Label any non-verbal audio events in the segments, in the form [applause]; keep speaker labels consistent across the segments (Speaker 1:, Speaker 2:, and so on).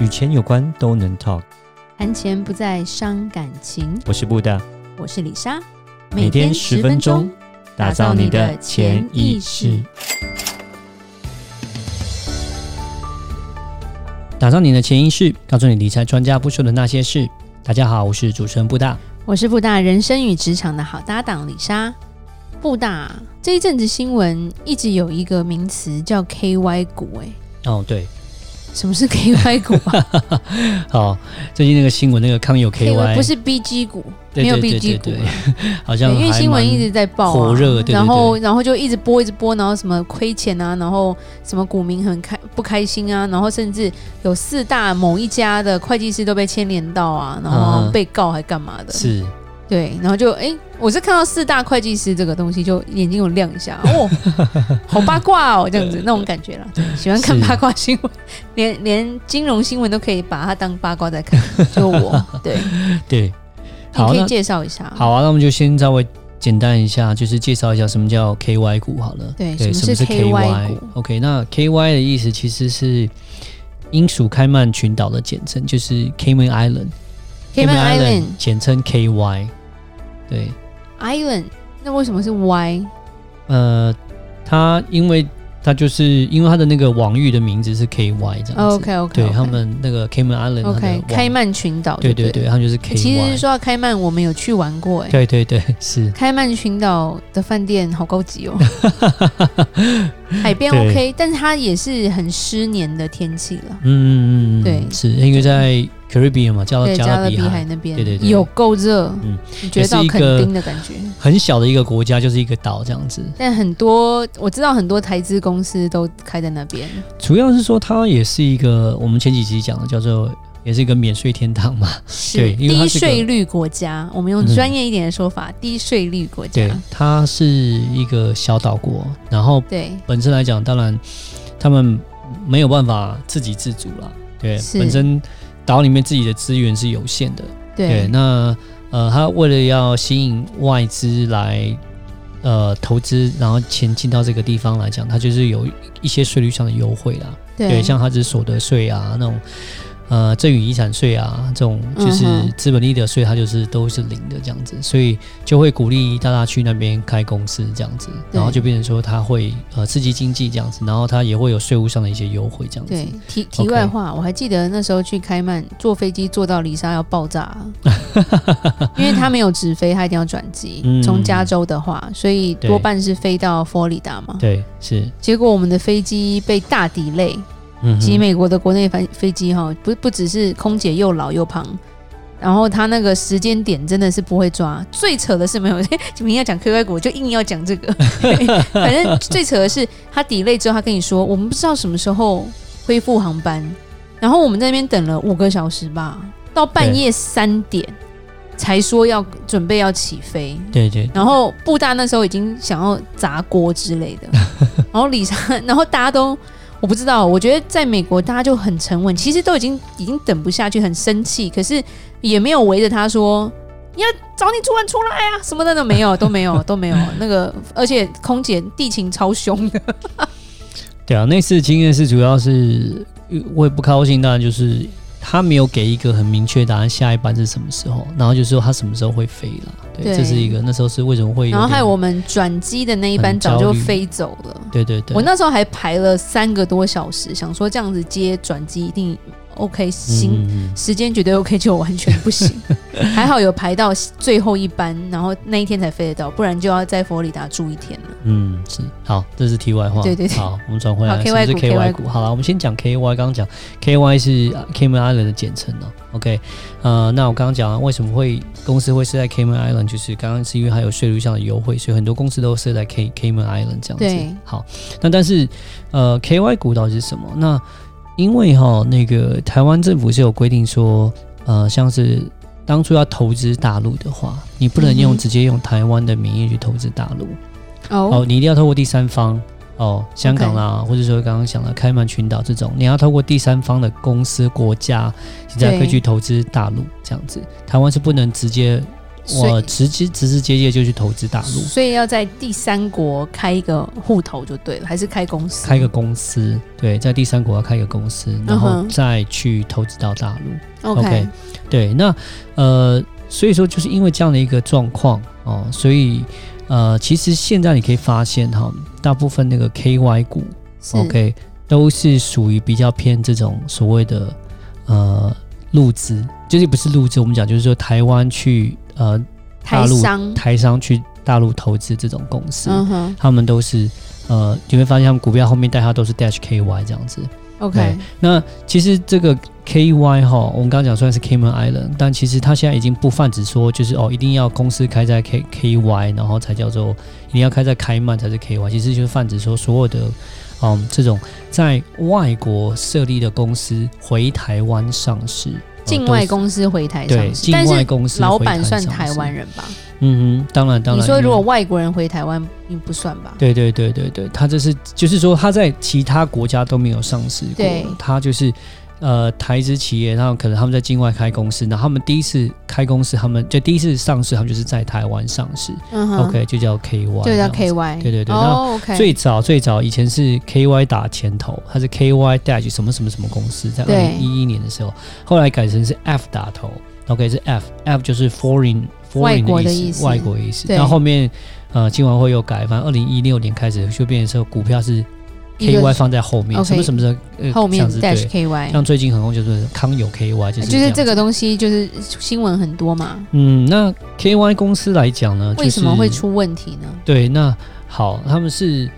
Speaker 1: 与钱有关都能 talk。
Speaker 2: 谈钱不再伤感情。
Speaker 1: 我是布大，
Speaker 2: 我是李莎，
Speaker 1: 每天十分钟，打造你的潜意识。，打造你的潜意识，告诉你理财专家不说的那些事。大家好，我是主持人布大。
Speaker 2: 我是布大人生与职场的好搭档李莎。布大这一阵子新闻一直有一个名词叫 KY 股、欸，
Speaker 1: 哦，对， [laughs]
Speaker 2: 什么是 KY 股啊
Speaker 1: 好，最近那个新闻，那个康有
Speaker 2: ？KY
Speaker 1: KY，
Speaker 2: 不是 BG 股，
Speaker 1: 对
Speaker 2: 没有
Speaker 1: 对对
Speaker 2: BG
Speaker 1: 对
Speaker 2: 股
Speaker 1: 对
Speaker 2: 啊，
Speaker 1: [laughs] 好像
Speaker 2: 对因为
Speaker 1: 还
Speaker 2: 新闻
Speaker 1: 蛮
Speaker 2: 一直在报、啊，
Speaker 1: 火热对对
Speaker 2: 然后然后就一直播一直播，然后什么亏钱啊，然后什么股民很开不开心啊，然后甚至有四大某一家的会计师都被牵连到啊，然后
Speaker 1: 嗯
Speaker 2: 被告还干嘛的？
Speaker 1: 是
Speaker 2: 对，然后就诶，我是看到四大会计师这个东西，就眼睛有亮
Speaker 1: [laughs]
Speaker 2: 一下，哦，好八卦哦，这样子那种感觉啦。对，喜欢看
Speaker 1: 是
Speaker 2: 八卦新闻，连 [laughs] 连金融新闻都可以把它当八卦在
Speaker 1: [laughs]
Speaker 2: 看，就我。对，
Speaker 1: 对。
Speaker 2: 你
Speaker 1: 好，
Speaker 2: 可以
Speaker 1: 那
Speaker 2: 介绍一下。，
Speaker 1: 好啊，那我们就先稍微简单一下，就是介绍一下什么叫 KY 股好了。
Speaker 2: 对
Speaker 1: 对，
Speaker 2: 什
Speaker 1: 什
Speaker 2: 么
Speaker 1: 么
Speaker 2: 是
Speaker 1: 是
Speaker 2: KY 股
Speaker 1: OK，那 KY 的意思其实是英属开曼群岛的简称，就是 Cayman Island。
Speaker 2: Cayman Island
Speaker 1: 简称 KY。对，
Speaker 2: Island，那为什么是 Y？
Speaker 1: 呃，它因为它就是因为它的那个网域的名字是 KY 这样子。
Speaker 2: 哦 OK OK，
Speaker 1: 对他们那个 Cayman Island 它的
Speaker 2: OK
Speaker 1: 网
Speaker 2: 开曼群岛，
Speaker 1: 对
Speaker 2: 对
Speaker 1: 对对，
Speaker 2: 了
Speaker 1: 他们就是
Speaker 2: 欸其实
Speaker 1: KY。
Speaker 2: 说到开曼，我们有去玩过哎。
Speaker 1: 对对对，是。
Speaker 2: 开曼群岛的饭店好高
Speaker 1: [laughs]
Speaker 2: 级哦，海边 OK，但是它也是很湿黏的天气了。
Speaker 1: 嗯嗯嗯，嗯
Speaker 2: 对
Speaker 1: 是因为在 Caribbean 嘛，加
Speaker 2: 对，
Speaker 1: 哦加
Speaker 2: 加
Speaker 1: 勒
Speaker 2: 勒
Speaker 1: 比
Speaker 2: 比海
Speaker 1: 海，
Speaker 2: 那边，
Speaker 1: 对对对
Speaker 2: 有够热，
Speaker 1: 嗯
Speaker 2: 你觉得到
Speaker 1: 也是
Speaker 2: 垦
Speaker 1: 一个
Speaker 2: 丁的感觉。
Speaker 1: 很小的一个国家，就是一个岛这样子。
Speaker 2: 但很多我知道很多台资公司都开在那边，
Speaker 1: 主要是说它也是一个我们前几集讲的叫做。也是一个免税天堂嘛，
Speaker 2: 是
Speaker 1: 对因为它
Speaker 2: 低
Speaker 1: 是个嗯
Speaker 2: 税率国家。我们用专业一点的说法，低税率国家
Speaker 1: 对。，它是一个小岛国，然后
Speaker 2: 对，
Speaker 1: 本身来讲，当然他们没有办法自给自足啦，对，
Speaker 2: 是
Speaker 1: 本身岛里面自己的资源是有限的，对，
Speaker 2: 对，
Speaker 1: 那呃，他为了要吸引外资来呃投资，然后钱进到这个地方来讲，它就是有一些税率上的优惠啦。
Speaker 2: 对
Speaker 1: 像它只是所得税啊那种。呃，赠与遗产税啊，这种就是
Speaker 2: 嗯哼
Speaker 1: 资本利得税，它就是都是零的这样子，所以就会鼓励大家去那边开公司这样子，
Speaker 2: 对
Speaker 1: 然后就变成说它会呃刺激经济这样子，然后它也会有税务上的一些优惠这样子。
Speaker 2: 对，题题外话我还记得那时候去开曼坐飞机坐到离沙要爆炸
Speaker 1: [laughs]
Speaker 2: 啊，因为他没有直飞，他一定要转机
Speaker 1: 嗯。
Speaker 2: 从、加州的话，所以
Speaker 1: 对
Speaker 2: 多半是飞到佛罗里达嘛。
Speaker 1: 对，是，
Speaker 2: 结果我们的飞机被大抵累，
Speaker 1: 嗯哼，
Speaker 2: 及美国的国内飞飞机哈，不不只是空姐又老又胖。然后他那个时间点真的是不会抓，最扯的是没有， [laughs] 明天要讲 QY 股，我就硬要
Speaker 1: [laughs]
Speaker 2: 讲这个。对反正最扯的是他 delay 之后，他跟你说我们不知道什么时候恢复航班，然后我们在那边等了五个小时吧，到半夜三点才说要准备要起飞。
Speaker 1: 对对
Speaker 2: 然后布大那时候已经想要砸锅之类
Speaker 1: [laughs]
Speaker 2: 的，然后李莎， [laughs] 然后大家都我不知道，我觉得在美国大家就很沉稳，其实都已经已经等不下去，很生气，可是也没有围着他说你要找你主管出来啊什么的，都没有，都没有， [laughs] 都没有。那个，而且空姐地勤超凶的，
Speaker 1: 对啊，那次经验是主要是呃我也不高兴，当然就是他没有给一个很明确答案，下一班是什么时候，然后就说他什么时候会飞啦。对，
Speaker 2: 对
Speaker 1: 这是一个那时候是为什么会有点，
Speaker 2: 然后害我们转机的那一班
Speaker 1: 很焦
Speaker 2: 早就
Speaker 1: 虑
Speaker 2: 飞走了。
Speaker 1: 对对对，
Speaker 2: 我那时候还排了三个多小时，想说这样子接转机一定 OK 行
Speaker 1: 嗯嗯
Speaker 2: 时间绝对 OK，就完全不
Speaker 1: [laughs]
Speaker 2: 行。还好有排到最后一班，然后那一天才飞得到，不然就要在佛罗里达住一天了。
Speaker 1: 嗯嗯是好，这是题外话。
Speaker 2: 对对对
Speaker 1: 好，我们转回
Speaker 2: 好
Speaker 1: 来，
Speaker 2: KY
Speaker 1: 是
Speaker 2: 股
Speaker 1: 不是 KY
Speaker 2: KY
Speaker 1: 股？好了，我们先讲 KY，刚刚讲 KY 是呃 Cayman Island 的简称哦。OK，呃，那我刚刚讲了为什么会公司会设在 Cayman Island，就是刚刚是因为它有税率上的优惠，所以很多公司都设在 K Cayman Island 这样子。
Speaker 2: 对，
Speaker 1: 好，那但是呃，KY 股到底是什么？那因为哈、那个台湾政府是有规定说，呃，像是当初要投资大陆的话，你不能用、
Speaker 2: 嗯哼
Speaker 1: 直接用台湾的名义去投资大陆，
Speaker 2: 哦
Speaker 1: 哦，你一定要透过第三方。哦，香港啦或者说刚刚讲的开曼群岛这种，你要透过第三方的公司国家，你才可以
Speaker 2: 对
Speaker 1: 去投资大陆这样子。台湾是不能直接
Speaker 2: 所
Speaker 1: 我
Speaker 2: 以
Speaker 1: 直接直直接接就去投资大陆，
Speaker 2: 所以要在第三国开一个户头就对了，还是开公司？
Speaker 1: 开个公司，对，在第三国要开个公司，然
Speaker 2: 嗯
Speaker 1: 后
Speaker 2: 哼
Speaker 1: 再去投资到大陆。
Speaker 2: OK，
Speaker 1: 对，那呃，所以说就是因为这样的一个状况哦，所以呃，其实现在你可以发现哈，大部分那个 KY 股
Speaker 2: 是
Speaker 1: OK 都是属于比较偏这种所谓的呃入资，就是不是入资，我们讲就是说台湾去呃
Speaker 2: 嗯
Speaker 1: 大
Speaker 2: 台
Speaker 1: 陆
Speaker 2: 商，
Speaker 1: 台商去大陆投资这种公司，
Speaker 2: 嗯哼
Speaker 1: 他们都是呃，你会发现他们股票后面带它都是 dash KY 这样子。
Speaker 2: ，OK，
Speaker 1: 那其实这个 KY 哈，我们刚刚讲虽然是 Cayman Island，但其实它现在已经不泛指说就是哦，一定要公司开在 K KY，然后才叫做一定要开在开曼才是 KY，其实就是泛指说所有的嗯这种在外国设立的公司回台湾上市，呃
Speaker 2: 境外
Speaker 1: 都是
Speaker 2: 公司回台
Speaker 1: 对
Speaker 2: 上市，
Speaker 1: 境
Speaker 2: 但
Speaker 1: 外
Speaker 2: 是
Speaker 1: 公司
Speaker 2: 老
Speaker 1: 回
Speaker 2: 板算台
Speaker 1: 上市
Speaker 2: 湾，人吧？
Speaker 1: 嗯哼，当然当
Speaker 2: 你
Speaker 1: 然，
Speaker 2: 说
Speaker 1: 因为
Speaker 2: 如果外国人回台湾，你不算吧？
Speaker 1: 对对对对对，他这是就是说他在其他国家都没有上市过
Speaker 2: 对，
Speaker 1: 他就是呃台资企业，然后可能他们在境外开公司，然后他们第一次开公司，他们就第一次上市，他们就是在台湾上市、
Speaker 2: 嗯哼
Speaker 1: o k 就叫 KY，
Speaker 2: 就
Speaker 1: 这
Speaker 2: 叫
Speaker 1: 样子
Speaker 2: KY，
Speaker 1: 对对对
Speaker 2: 哦，OK，
Speaker 1: 最早最早以前是 KY 打前头，它是 KY dash 什么什么什么公司，在二
Speaker 2: 对
Speaker 1: 零一一年的时候，后来改成是 F 打头，OK 是 F，F 就是 foreign
Speaker 2: 外
Speaker 1: foreign
Speaker 2: 国的
Speaker 1: 的
Speaker 2: 意
Speaker 1: 意
Speaker 2: 思
Speaker 1: 思，外国的意思。
Speaker 2: 对
Speaker 1: 然后后面呃金管会又改，反正二零一六年开始就变成说股票是
Speaker 2: 一个
Speaker 1: KY 放在后面，
Speaker 2: OK
Speaker 1: 什么什么的呃
Speaker 2: 后
Speaker 1: 这
Speaker 2: 面
Speaker 1: 样子
Speaker 2: dash
Speaker 1: 对。
Speaker 2: KY，
Speaker 1: 像最近很红就是康友 KY，就是
Speaker 2: 就是这
Speaker 1: 样子
Speaker 2: 个东西，就是新闻很多嘛，
Speaker 1: 嗯，那 KY 公司来讲呢，
Speaker 2: 为什么会
Speaker 1: 就是
Speaker 2: 出问题呢？
Speaker 1: 对，那好，他们是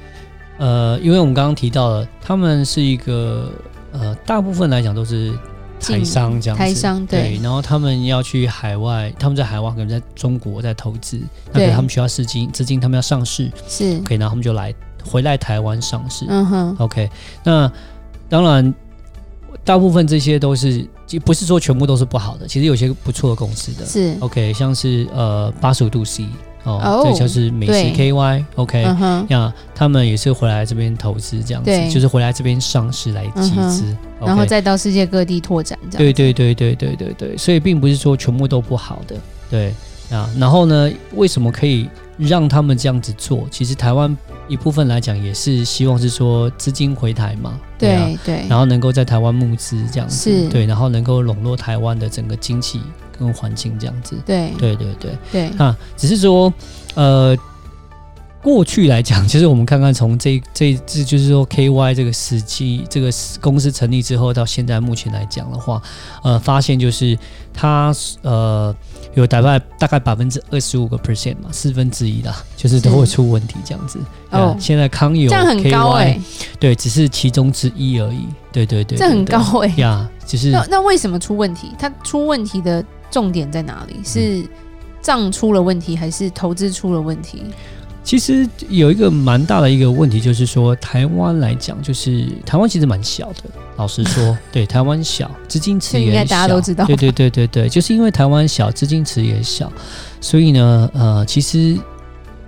Speaker 1: 呃，因为我们刚刚提到了，他们是一个呃，大部分来讲都是台
Speaker 2: 进
Speaker 1: 商这样子，
Speaker 2: 台商对
Speaker 1: 然后他们要去海外，他们在海外可能在中国在投资，那可
Speaker 2: 对
Speaker 1: 能他们需要资金，资金他们要上市
Speaker 2: 是，
Speaker 1: ，OK，然后他们就来回来台湾上市、
Speaker 2: 嗯哼，
Speaker 1: o k 那当然。大部分这些都是，就不是说全部都是不好的，其实有些不错的公司的，
Speaker 2: 是，
Speaker 1: OK，像是呃八十五度 C 哦，
Speaker 2: 哦
Speaker 1: 对，就是美食
Speaker 2: 对
Speaker 1: KY OK，呀、
Speaker 2: 嗯哼，
Speaker 1: 他们也是回来这边投资这样
Speaker 2: 对嗯
Speaker 1: 子，就是回来这边上市来集资、OK
Speaker 2: 然后再到世界各地拓展这样，
Speaker 1: 对对对对对对对，所以并不是说全部都不好的，对啊。然后呢，为什么可以让他们这样子做？其实台湾一部分来讲也是希望是说资金回台嘛，啊
Speaker 2: 对对，
Speaker 1: 然后能够在台湾募资这样
Speaker 2: 是
Speaker 1: 子，对，然后能够笼络台湾的整个经济跟环境这样子，
Speaker 2: 对
Speaker 1: 对对对。
Speaker 2: 对
Speaker 1: 啊，只是说，呃，过去来讲，其实我们看看从这这这就是说 KY 这个时期，这个公司成立之后到现在目前来讲的话，呃，发现就是它呃有大概大概百分之二十五个 percent 嘛，四分之一啦，就是都
Speaker 2: 是
Speaker 1: 会出问题这样子。
Speaker 2: 哦
Speaker 1: 哦，现在康友
Speaker 2: 这样很高
Speaker 1: KY
Speaker 2: 哎、
Speaker 1: 对，只是其中之一而已。对对对
Speaker 2: 这很
Speaker 1: 对对
Speaker 2: 高哎、
Speaker 1: 呀，只是
Speaker 2: 那那为什么出问题？它出问题的重点在哪里？是账出了问题，还是投资出了问题？
Speaker 1: 其实有一个蛮大的一个问题，就是说台湾来讲，就是台湾其实蛮小的。老实
Speaker 2: [laughs]
Speaker 1: 说，对台湾小，资金池
Speaker 2: 这应
Speaker 1: 也
Speaker 2: 该
Speaker 1: 很
Speaker 2: 大家
Speaker 1: 小
Speaker 2: 都知道
Speaker 1: 对对对对对，就是因为台湾小，资金池也小，所以呢，呃，其实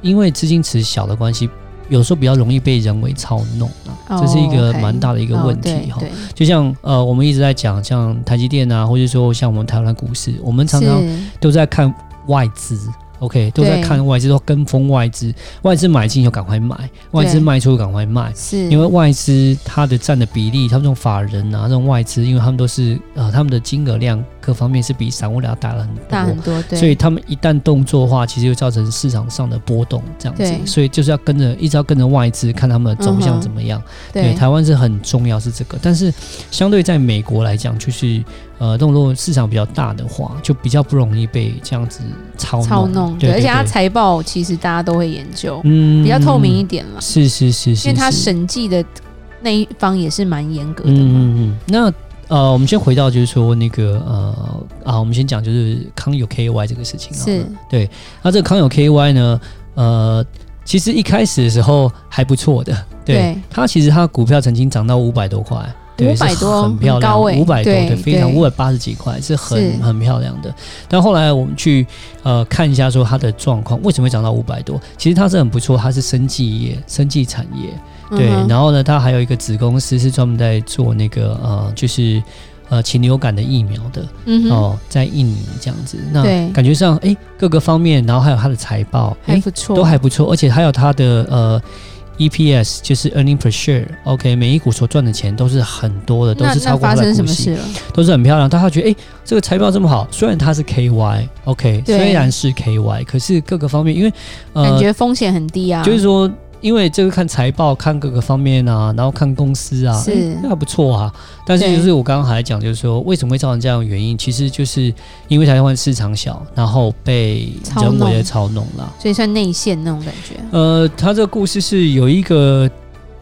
Speaker 1: 因为资金池小的关系，有时候比较容易被人为操弄啊，这是一
Speaker 2: 哦
Speaker 1: 个
Speaker 2: ，OK
Speaker 1: 蛮大的一个问题
Speaker 2: 哦
Speaker 1: 哈。
Speaker 2: 对
Speaker 1: 就像呃，我们一直在讲，像台积电啊，或者说像我们台湾股市，我们常
Speaker 2: 对，
Speaker 1: 常
Speaker 2: 是
Speaker 1: 都在看外资。OK，都在看外资，都跟风外资，外资买进就赶快买，外资卖出就赶快卖，
Speaker 2: 是，
Speaker 1: 因为外资它的占的比例，他们这种法人啊，这种外资，因为他们都是呃，他们的金额量各方面是比散户量大了很多，
Speaker 2: 大很多，对，
Speaker 1: 所以他们一旦动作的话，其实就造成市场上的波动这样
Speaker 2: 对
Speaker 1: 子，所以就是要跟着一直要跟着外资，看他们的走
Speaker 2: 嗯哼
Speaker 1: 向怎么样。对，
Speaker 2: 对
Speaker 1: 台湾是很重要是这个，但是相对在美国来讲，就是呃，动作市场比较大的话，就比较不容易被这样子操弄。
Speaker 2: 操弄，
Speaker 1: 对，
Speaker 2: 对，而且它
Speaker 1: 对
Speaker 2: 财报其实大家都会研究，
Speaker 1: 嗯
Speaker 2: 比较透明一。点啦，
Speaker 1: 是是是是，
Speaker 2: 因为它
Speaker 1: 是
Speaker 2: 审计的那一方也是蛮严格的嘛，
Speaker 1: 嗯嗯嗯。那呃，我们先回到就是说那个呃啊，我们先讲就是康有 KY 这个事情啊。
Speaker 2: 是。
Speaker 1: 那这个康有 KY 呢，呃，其实一开始的时候还不错的，对。
Speaker 2: 对
Speaker 1: 它其实它的股票曾经涨到五百多块，对，
Speaker 2: 500
Speaker 1: 是
Speaker 2: 多
Speaker 1: 很漂亮，
Speaker 2: 很高欸
Speaker 1: 五百多，
Speaker 2: 对
Speaker 1: 对，非常
Speaker 2: 对
Speaker 1: 五百八十几块，是很
Speaker 2: 是
Speaker 1: 很漂亮的。但后来我们去呃看一下说它的状况，为什么会涨到五百多？其实它是很不错，它是生技业、生技产业，对。
Speaker 2: 嗯哼
Speaker 1: 然后呢，它还有一个子公司是专门在做那个呃，就是呃禽流感的疫苗的
Speaker 2: 嗯哼，
Speaker 1: 哦，在印尼这样子，那
Speaker 2: 对
Speaker 1: 感觉上哎各个方面，然后还有它的财报，
Speaker 2: 还
Speaker 1: 哎
Speaker 2: 不错，
Speaker 1: 都还不错，而且还有它的呃 EPS 就是 earning per share，OK，、每一股所赚的钱都是很多的，都
Speaker 2: 那
Speaker 1: 是超
Speaker 2: 那
Speaker 1: 过它
Speaker 2: 发
Speaker 1: 的
Speaker 2: 生什
Speaker 1: 股
Speaker 2: 么
Speaker 1: 息，
Speaker 2: 事了？
Speaker 1: 都是很漂亮。大家觉得哎、这个财报这么好，虽然它是 KY，OK，、
Speaker 2: 对
Speaker 1: 虽然是 KY，可是各个方面因为
Speaker 2: 感
Speaker 1: 呃
Speaker 2: 觉风险很低啊，
Speaker 1: 就是说，因为这个看财报、看各个方面啊，然后看公司啊，
Speaker 2: 是
Speaker 1: 诶那还不错啊。但是
Speaker 2: 对
Speaker 1: 就是我刚刚还讲，就是说为什么会造成这样的原因，其实就是因为台湾市场小，然后被
Speaker 2: 操
Speaker 1: 人为
Speaker 2: 弄
Speaker 1: 的操弄啦。
Speaker 2: 所以算内线那种感觉。
Speaker 1: 呃，他这个故事是有一个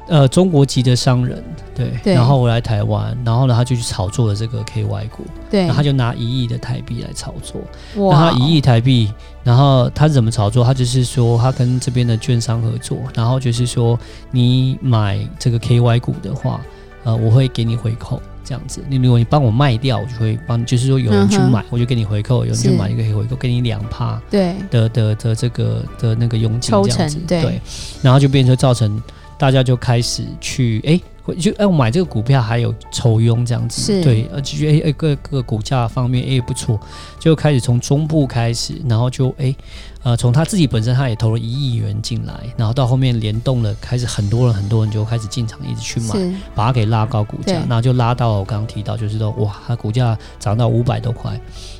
Speaker 1: 呃中国籍的商人，对，
Speaker 2: 对
Speaker 1: 然后我来台湾，然后呢他就去炒作了这个 KY 股，
Speaker 2: 对
Speaker 1: 然后，他就拿一亿的台币来炒作，
Speaker 2: 哇
Speaker 1: 那他一亿台币，然后他是怎么炒作？他就是说，他跟这边的券商合作，然后就是说，你买这个 KY 股的话，呃，我会给你回扣，这样子。你如果你帮我卖掉，我就会帮你，就是说有人去
Speaker 2: 嗯哼
Speaker 1: 买，我就给你回扣；有人去
Speaker 2: 是
Speaker 1: 买，就给你回扣，给你两趴
Speaker 2: 对
Speaker 1: 的的的这个的那个佣金
Speaker 2: 抽
Speaker 1: 这样
Speaker 2: 成
Speaker 1: 子。
Speaker 2: 对
Speaker 1: 然后就变成造成大家就开始去哎。会就哎，我买这个股票还有酬佣这样子，
Speaker 2: 是
Speaker 1: 对，呃，就觉得哎哎各各个股价方面哎不错，就开始从中部开始，然后就哎呃从他自己本身他也投了一亿元进来，然后到后面联动了，开始很多人很多人就开始进场一直去买，哦
Speaker 2: 是
Speaker 1: 把它给拉高股价
Speaker 2: 对，
Speaker 1: 然后就拉到我刚刚提到，就是说哇，它股价涨到五百多块，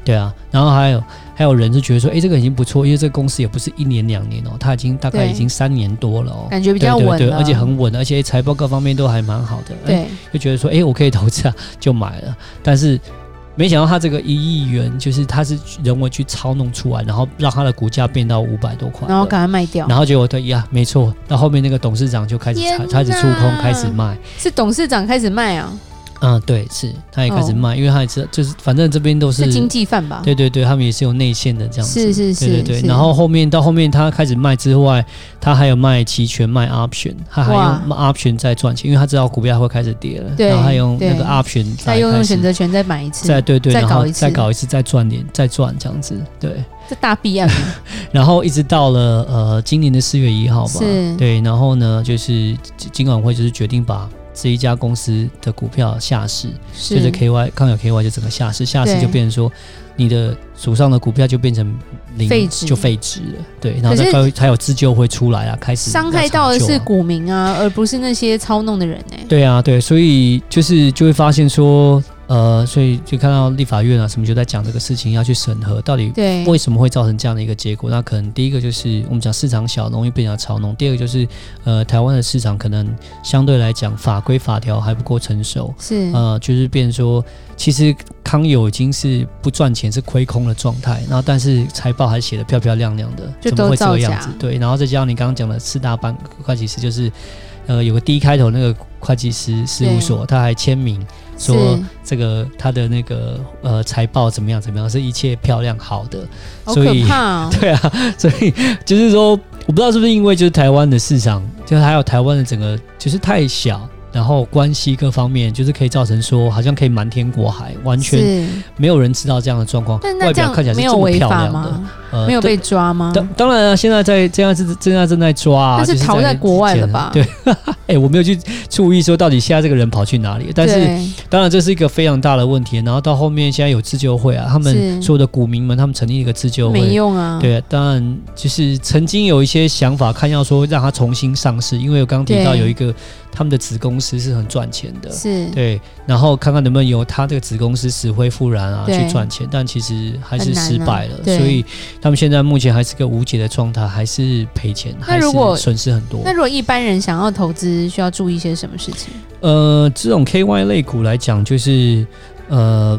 Speaker 1: 对啊，然后还有还有人是觉得说，哎，这个已经不错，因为这个公司也不是一年两年哦，它已经大概
Speaker 2: 对
Speaker 1: 已经三年多了哦，
Speaker 2: 感觉比较
Speaker 1: 对
Speaker 2: 稳
Speaker 1: 对对，
Speaker 2: 了
Speaker 1: 而且很稳，而且财报各方面都还蛮好的，哎，
Speaker 2: 对
Speaker 1: 就觉得说，哎，我可以投资啊，就买了，但是。没想到它这个一亿元，就是它是人为去操弄出来，然后让它的股价变到五百多块了，
Speaker 2: 然后赶快卖掉。
Speaker 1: 然后结果对呀，没错，到后面那个董事长就开始
Speaker 2: 天
Speaker 1: 开始出空，
Speaker 2: 哪
Speaker 1: 开始卖，
Speaker 2: 是董事长开始卖啊，
Speaker 1: 嗯，对，是，他也开始
Speaker 2: 哦
Speaker 1: 卖，因为他也知道，就是反正这边都是
Speaker 2: 是经济犯吧？
Speaker 1: 对对对，他们也是有内线的这样子，
Speaker 2: 是是是
Speaker 1: 对对
Speaker 2: 是
Speaker 1: 对。然后后面到后面他开始卖之外，他还有卖期权、卖 option，他还
Speaker 2: 哇
Speaker 1: 用 option 在赚钱，因为他知道股票会开始跌了，
Speaker 2: 对
Speaker 1: 然后他用那
Speaker 2: 对
Speaker 1: 个 option
Speaker 2: 再用
Speaker 1: 开
Speaker 2: 用
Speaker 1: 始
Speaker 2: 选择权再买一次，
Speaker 1: 再对对，
Speaker 2: 再
Speaker 1: 然
Speaker 2: 搞
Speaker 1: 后
Speaker 2: 一次
Speaker 1: 再搞一次，再赚点，再赚这样子，对。
Speaker 2: 这大弊案嘛
Speaker 1: 然后一直到了呃今年的四月一号吧
Speaker 2: 是，
Speaker 1: 对，然后呢就是金金管会就是决定把这一家公司的股票下市，就是是 KY 康有 KY 就整个下市，下市
Speaker 2: 对
Speaker 1: 就变成说你的手上的股票就变成零，
Speaker 2: 废纸
Speaker 1: 就废纸了，对，然后
Speaker 2: 可
Speaker 1: 再
Speaker 2: 是
Speaker 1: 才有才有自救会出来啊，开始
Speaker 2: 伤害到的
Speaker 1: 要抢救
Speaker 2: 是
Speaker 1: 啊
Speaker 2: 股民啊，而不是那些操弄的人哎、
Speaker 1: 对啊，对，所以就是就会发现说，呃，所以就看到立法院啊什么就在讲这个事情要去审核到底
Speaker 2: 对
Speaker 1: 为什么会造成这样的一个结果？那可能第一个就是我们讲市场小，容易被人家操弄；第二个就是呃，台湾的市场可能相对来讲法规法条还不够成熟，
Speaker 2: 是、
Speaker 1: 呃，就是变成说，其实康友已经是不赚钱是亏空的状态，然后但是财报还写的漂漂亮亮的，
Speaker 2: 就
Speaker 1: 怎
Speaker 2: 都
Speaker 1: 么会这
Speaker 2: 造
Speaker 1: 个样
Speaker 2: 假
Speaker 1: 子？对，然后再加上你刚刚讲的四大班会计师，就是呃有个 D 开头那个会计师事务所，他还签名
Speaker 2: 是
Speaker 1: 说这个他的那个呃财报怎么样怎么样，是一切漂亮好的，
Speaker 2: 好
Speaker 1: 所
Speaker 2: 可
Speaker 1: 以
Speaker 2: 怕
Speaker 1: [laughs]
Speaker 2: 哦、
Speaker 1: 对啊，所以就是说，我不知道是不是因为就是台湾的市场，就是还有台湾的整个就是太小，然后关系各方面，就是可以造成说好像可以瞒天过海，完全
Speaker 2: 是，
Speaker 1: 没有人知道这样的状况
Speaker 2: 但。那
Speaker 1: 外
Speaker 2: 这
Speaker 1: 表
Speaker 2: 样
Speaker 1: 看起来是
Speaker 2: 没
Speaker 1: 这
Speaker 2: 有
Speaker 1: 么
Speaker 2: 违
Speaker 1: 漂
Speaker 2: 法
Speaker 1: 亮的，
Speaker 2: 吗？
Speaker 1: 呃
Speaker 2: 没有
Speaker 1: 对
Speaker 2: 被抓吗？
Speaker 1: 当当然啊，现在在现在是现在正在抓、啊，
Speaker 2: 但是
Speaker 1: 就
Speaker 2: 逃在国外了吧
Speaker 1: 对， [laughs] 哎、我没有去注意说到底现在这个人跑去哪里，但是
Speaker 2: 对
Speaker 1: 当然这是一个非常大的问题。然后到后面现在有自救会啊，他
Speaker 2: 是
Speaker 1: 们所有的股民们，他们成立一个自救会
Speaker 2: 没，用啊，
Speaker 1: 对，当然就是曾经有一些想法，看要说让它重新上市，因为我刚刚提到
Speaker 2: 对
Speaker 1: 有一个他们的子公司是很赚钱的，
Speaker 2: 是
Speaker 1: 对，然后看看能不能由他这个子公司死灰复燃啊
Speaker 2: 对
Speaker 1: 去赚钱，但其实还是
Speaker 2: 很难啊
Speaker 1: 失败了，
Speaker 2: 对
Speaker 1: 所以他们现在目前还是个无解的状态，还是赔钱，还
Speaker 2: 如
Speaker 1: 是
Speaker 2: 果
Speaker 1: 损失很多
Speaker 2: 那。如果一般人想要投资，需要注意些什么事情？
Speaker 1: 呃，这种 KY 类股来讲，就是呃。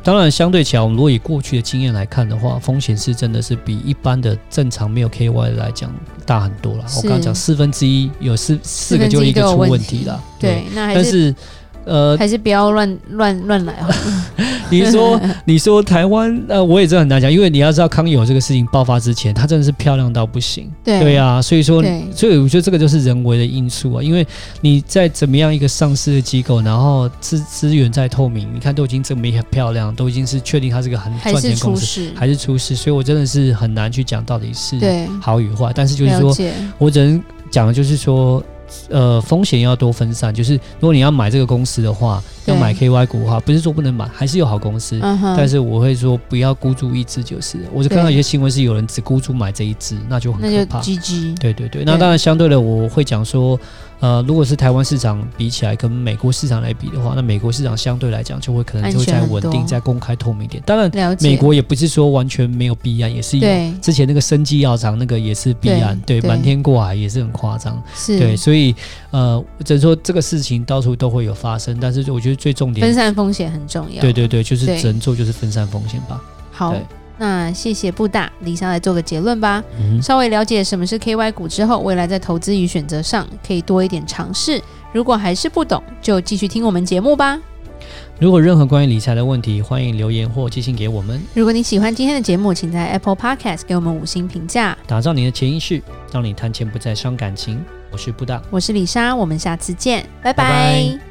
Speaker 1: 当然，相对起来，我们如果以过去的经验来看的话，风险是真的是比一般的正常没有 KY 的来讲大很多了。
Speaker 2: 是
Speaker 1: 我刚刚讲四分之一有四四
Speaker 2: 四
Speaker 1: 个
Speaker 2: 分
Speaker 1: 就
Speaker 2: 之
Speaker 1: 一个
Speaker 2: 都有
Speaker 1: 出
Speaker 2: 问
Speaker 1: 问题了。
Speaker 2: 对，那还
Speaker 1: 但
Speaker 2: 是
Speaker 1: 是呃，
Speaker 2: [laughs] 还是不要乱乱乱来哦好了。
Speaker 1: 你说你说台湾呃，我也真的很难讲，因为你要知道康友这个事情爆发之前，它真的是漂亮到不行。
Speaker 2: [laughs] 对
Speaker 1: 对啊，所以说
Speaker 2: 对，
Speaker 1: 所以我觉得这个就是人为的因素啊，因为你在怎么样一个上市的机构，然后资资源再透明，你看都已经这么漂亮，都已经是确定它是个很
Speaker 2: 还
Speaker 1: 赚
Speaker 2: 是
Speaker 1: 钱公
Speaker 2: 出
Speaker 1: 司，
Speaker 2: 事，
Speaker 1: 还是出事，所以我真的是很难去讲到底是
Speaker 2: 对，
Speaker 1: 好与坏，但是就是
Speaker 2: 了
Speaker 1: 说
Speaker 2: 解，
Speaker 1: 我只能呃讲的就是说，呃，风险要多分散。就是如果你要买这个公司的话，要买
Speaker 2: 对
Speaker 1: KY 股的话，不是说不能买，还是有好公司。
Speaker 2: 嗯哼，
Speaker 1: 但是我会说不要孤注一掷，就是了。我就看到
Speaker 2: 对
Speaker 1: 有些新闻是有人只孤注买这一只，那就很
Speaker 2: 那
Speaker 1: 可
Speaker 2: 就
Speaker 1: 怕。
Speaker 2: GG，
Speaker 1: 对对对，那当然相对的，我会讲说，呃，如果是台湾市场比起来跟美国市场来比的话，那美国市场相对来讲就会可能
Speaker 2: 安
Speaker 1: 就会
Speaker 2: 全
Speaker 1: 再
Speaker 2: 很
Speaker 1: 稳定、
Speaker 2: 多
Speaker 1: 再公开透明一点。当然，
Speaker 2: 了解。
Speaker 1: 美国也不是说完全没有弊案，也是有。
Speaker 2: 对
Speaker 1: 之前那个生技药厂那个也是弊案，
Speaker 2: 对
Speaker 1: 对，
Speaker 2: 嗯对
Speaker 1: 瞒天过海也是很夸张，
Speaker 2: 是
Speaker 1: 对，所以呃，只能说这个事情到处都会有发生，但是我觉得最重
Speaker 2: 分
Speaker 1: 点，
Speaker 2: 散风险很重要。
Speaker 1: 对对对，就是
Speaker 2: 对
Speaker 1: 只能做就是分散风险吧，
Speaker 2: 好
Speaker 1: 对，
Speaker 2: 那谢谢布大，李莎来做个结论吧。
Speaker 1: 嗯哼，
Speaker 2: 稍微了解什么是 KY 股之后，未来在投资与选择上可以多一点尝试。如果还是不懂，就继续听我们节目吧。
Speaker 1: 如果任何关于理财的问题，欢迎留言或寄信给我们。
Speaker 2: 如果你喜欢今天的节目，请在 Apple Podcast 给我们五星评价。
Speaker 1: 打造你的潜意识，让你谈钱不再伤感情。我是布大。
Speaker 2: 我是李莎，我们下次见，拜
Speaker 1: 拜
Speaker 2: 拜
Speaker 1: 拜